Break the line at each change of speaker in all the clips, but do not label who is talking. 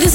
this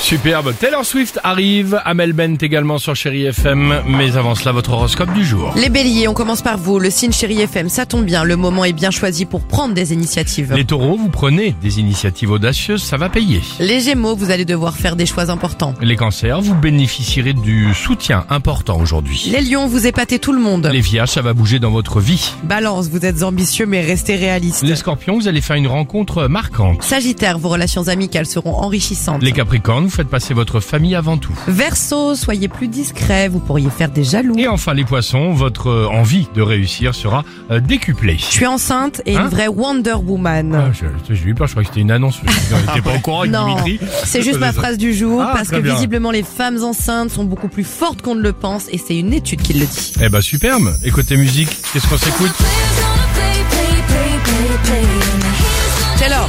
Superbe. Taylor Swift arrive, Amel Bent également sur Chéri FM. Mais avant cela, votre horoscope du jour.
Les béliers, on commence par vous. Le signe chéri FM, ça tombe bien. Le moment est bien choisi pour prendre des initiatives.
Les taureaux, vous prenez des initiatives audacieuses, ça va payer.
Les gémeaux, vous allez devoir faire des choix importants.
Les cancers, vous bénéficierez du soutien important aujourd'hui.
Les lions, vous épatez tout le monde.
Les vierges, ça va bouger dans votre vie.
Balance, vous êtes ambitieux mais restez réaliste.
Les scorpions, vous allez faire une rencontre marquante.
Sagittaire, vos relations amicales seront enrichissantes.
Les capricornes, vous faites passer votre famille avant tout.
Verseau, soyez plus discret, vous pourriez faire des jaloux.
Et enfin les poissons, votre euh, envie de réussir sera euh, décuplée.
Je suis enceinte et
Hein
une vraie Wonder
Ah,
Woman.
je- J'ai eu peur, je crois que c'était une annonce. J'étais pas au courant avec
Non,
Dimitri.
c'est juste ma phrase du jour
Ah,
parce que
très bien.
visiblement les femmes enceintes sont beaucoup plus fortes qu'on ne le pense et c'est une étude qui le dit.
Eh ben superbe. Et côté musique, qu'est-ce qu'on s'écoute
Taylor,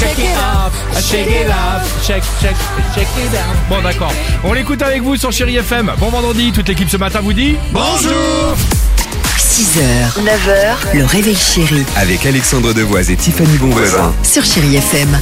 Check it up, check it up, check, check, check it up. Bon d'accord, on l'écoute avec vous sur Chéri FM. Bon vendredi, toute l'équipe ce matin vous dit bonjour.
6h, 9h, le réveil chéri
Avec Alexandre Devoise et Tiffany Bonvoisin.
sur Chérie FM.